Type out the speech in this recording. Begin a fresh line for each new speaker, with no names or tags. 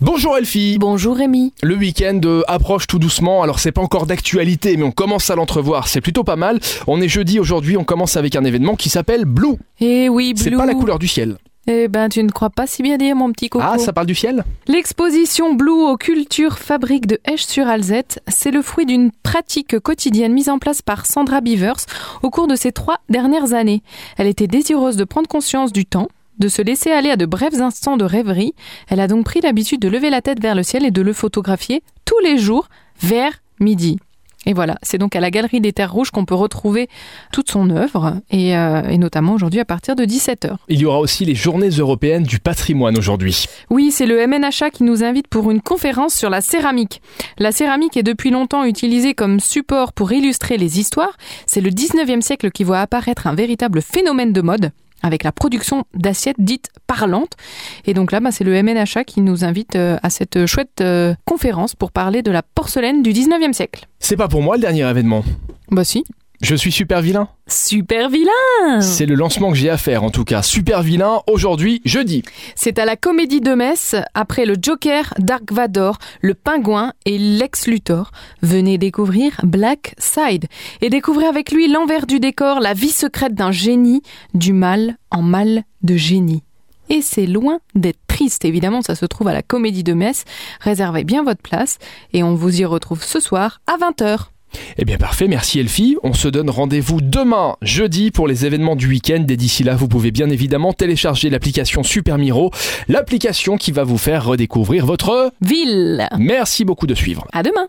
Bonjour Elfie
Bonjour Rémi.
Le week-end euh, approche tout doucement, alors c'est pas encore d'actualité, mais on commence à l'entrevoir, c'est plutôt pas mal. On est jeudi aujourd'hui, on commence avec un événement qui s'appelle Blue.
Eh oui, Blue.
C'est pas la couleur du ciel.
Eh ben, tu ne crois pas si bien dire, mon petit coco.
Ah, ça parle du ciel
L'exposition Blue aux cultures fabriques de Esch-sur-Alzette, c'est le fruit d'une pratique quotidienne mise en place par Sandra Beavers au cours de ces trois dernières années. Elle était désireuse de prendre conscience du temps, de se laisser aller à de brefs instants de rêverie. Elle a donc pris l'habitude de lever la tête vers le ciel et de le photographier tous les jours vers midi. Et voilà, c'est donc à la Galerie des Terres Rouges qu'on peut retrouver toute son œuvre, et, euh, et notamment aujourd'hui à partir de 17h.
Il y aura aussi les journées européennes du patrimoine aujourd'hui.
Oui, c'est le MNHA qui nous invite pour une conférence sur la céramique. La céramique est depuis longtemps utilisée comme support pour illustrer les histoires. C'est le 19e siècle qui voit apparaître un véritable phénomène de mode avec la production d'assiettes dites parlantes. Et donc là, bah, c'est le MNHA qui nous invite euh, à cette chouette euh, conférence pour parler de la porcelaine du 19e siècle.
C'est pas pour moi le dernier événement.
Bah si.
Je suis super vilain.
Super vilain
C'est le lancement que j'ai à faire en tout cas. Super vilain aujourd'hui, jeudi.
C'est à la Comédie de Metz, après le Joker, Dark Vador, le Pingouin et Lex Luthor. Venez découvrir Black Side et découvrez avec lui l'envers du décor, la vie secrète d'un génie, du mal en mal de génie. Et c'est loin d'être triste, évidemment, ça se trouve à la Comédie de Metz. Réservez bien votre place et on vous y retrouve ce soir à 20h.
Eh bien parfait, merci Elfie. On se donne rendez-vous demain, jeudi, pour les événements du week-end. Et d'ici là, vous pouvez bien évidemment télécharger l'application Super Miro, l'application qui va vous faire redécouvrir votre...
Ville
Merci beaucoup de suivre.
À demain